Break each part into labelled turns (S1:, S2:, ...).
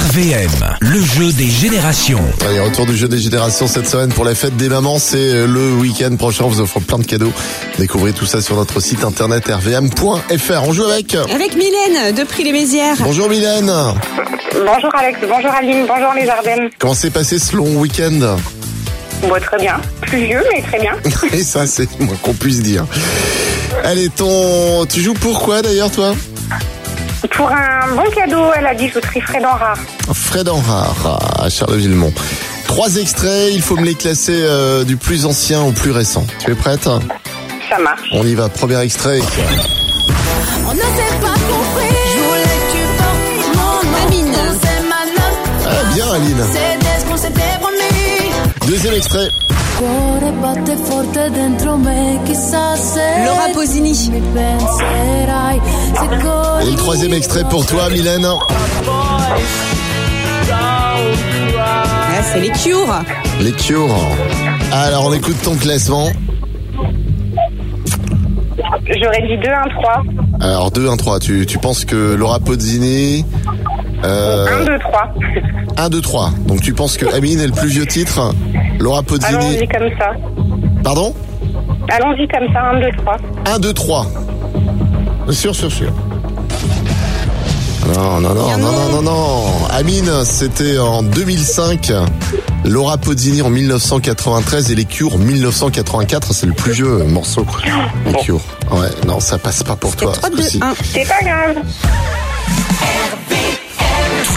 S1: RVM, le jeu des générations.
S2: Allez, retour du jeu des générations cette semaine pour la fête des mamans. C'est euh, le week-end prochain. On vous offre plein de cadeaux. Découvrez tout ça sur notre site internet rvm.fr. On joue avec.
S3: Avec Mylène de Prix les Mézières.
S2: Bonjour Mylène.
S4: Bonjour Alex, bonjour Aline, bonjour les Ardennes.
S2: Comment s'est passé ce long week-end
S4: Bon, très bien. Pluvieux, mais très bien.
S2: Et ça, c'est le moins qu'on puisse dire. Allez, ton... tu joues pour quoi d'ailleurs, toi
S4: Pour un bon cadeau à la bijouterie Fred Enrard.
S2: Fred Enrard à Charleville-Mont. Trois extraits, il faut me les classer euh, du plus ancien au plus récent. Tu es prête
S4: Ça marche.
S2: On y va, premier extrait.
S5: On ne s'est pas compris. Je voulais que tu portes mon nom.
S3: Amine.
S5: C'est ma note.
S2: Ah, bien Aline.
S5: C'est ce qu'on s'était promis.
S2: Deuxième extrait.
S5: Cuore batte forte dentro me, chissà se
S3: Laura Pausini.
S5: mi penserai se
S2: Et
S5: con
S2: le troisième extrait pour toi, Mylène.
S3: Ah, c'est les Cures.
S2: Les Cures. Alors, on écoute ton classement.
S4: J'aurais dit 2, 1, 3.
S2: Alors, 2, 1, 3. Tu, tu penses que Laura Pozzini.
S4: 1,
S2: Euh,
S4: 2, 3.
S2: 1, 2, 3. Donc, tu penses que Amine est le plus vieux titre Laura Pozzini.
S4: Allons-y comme ça.
S2: Pardon
S4: Allons-y comme ça, 1, 2, 3.
S2: 1, 2, 3. Sûr, sûr, sûr. Non, non, non, non, non, non, non. Amine, c'était en 2005. Laura Pozzini en 1993 et les Cures en 1984. C'est le plus vieux morceau. Les Cures. Ouais, non, ça passe pas pour toi. ce
S3: 3, 2,
S2: coup-ci.
S3: 1.
S4: C'est pas grave.
S1: Tous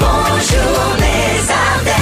S5: bonjour les Ardennes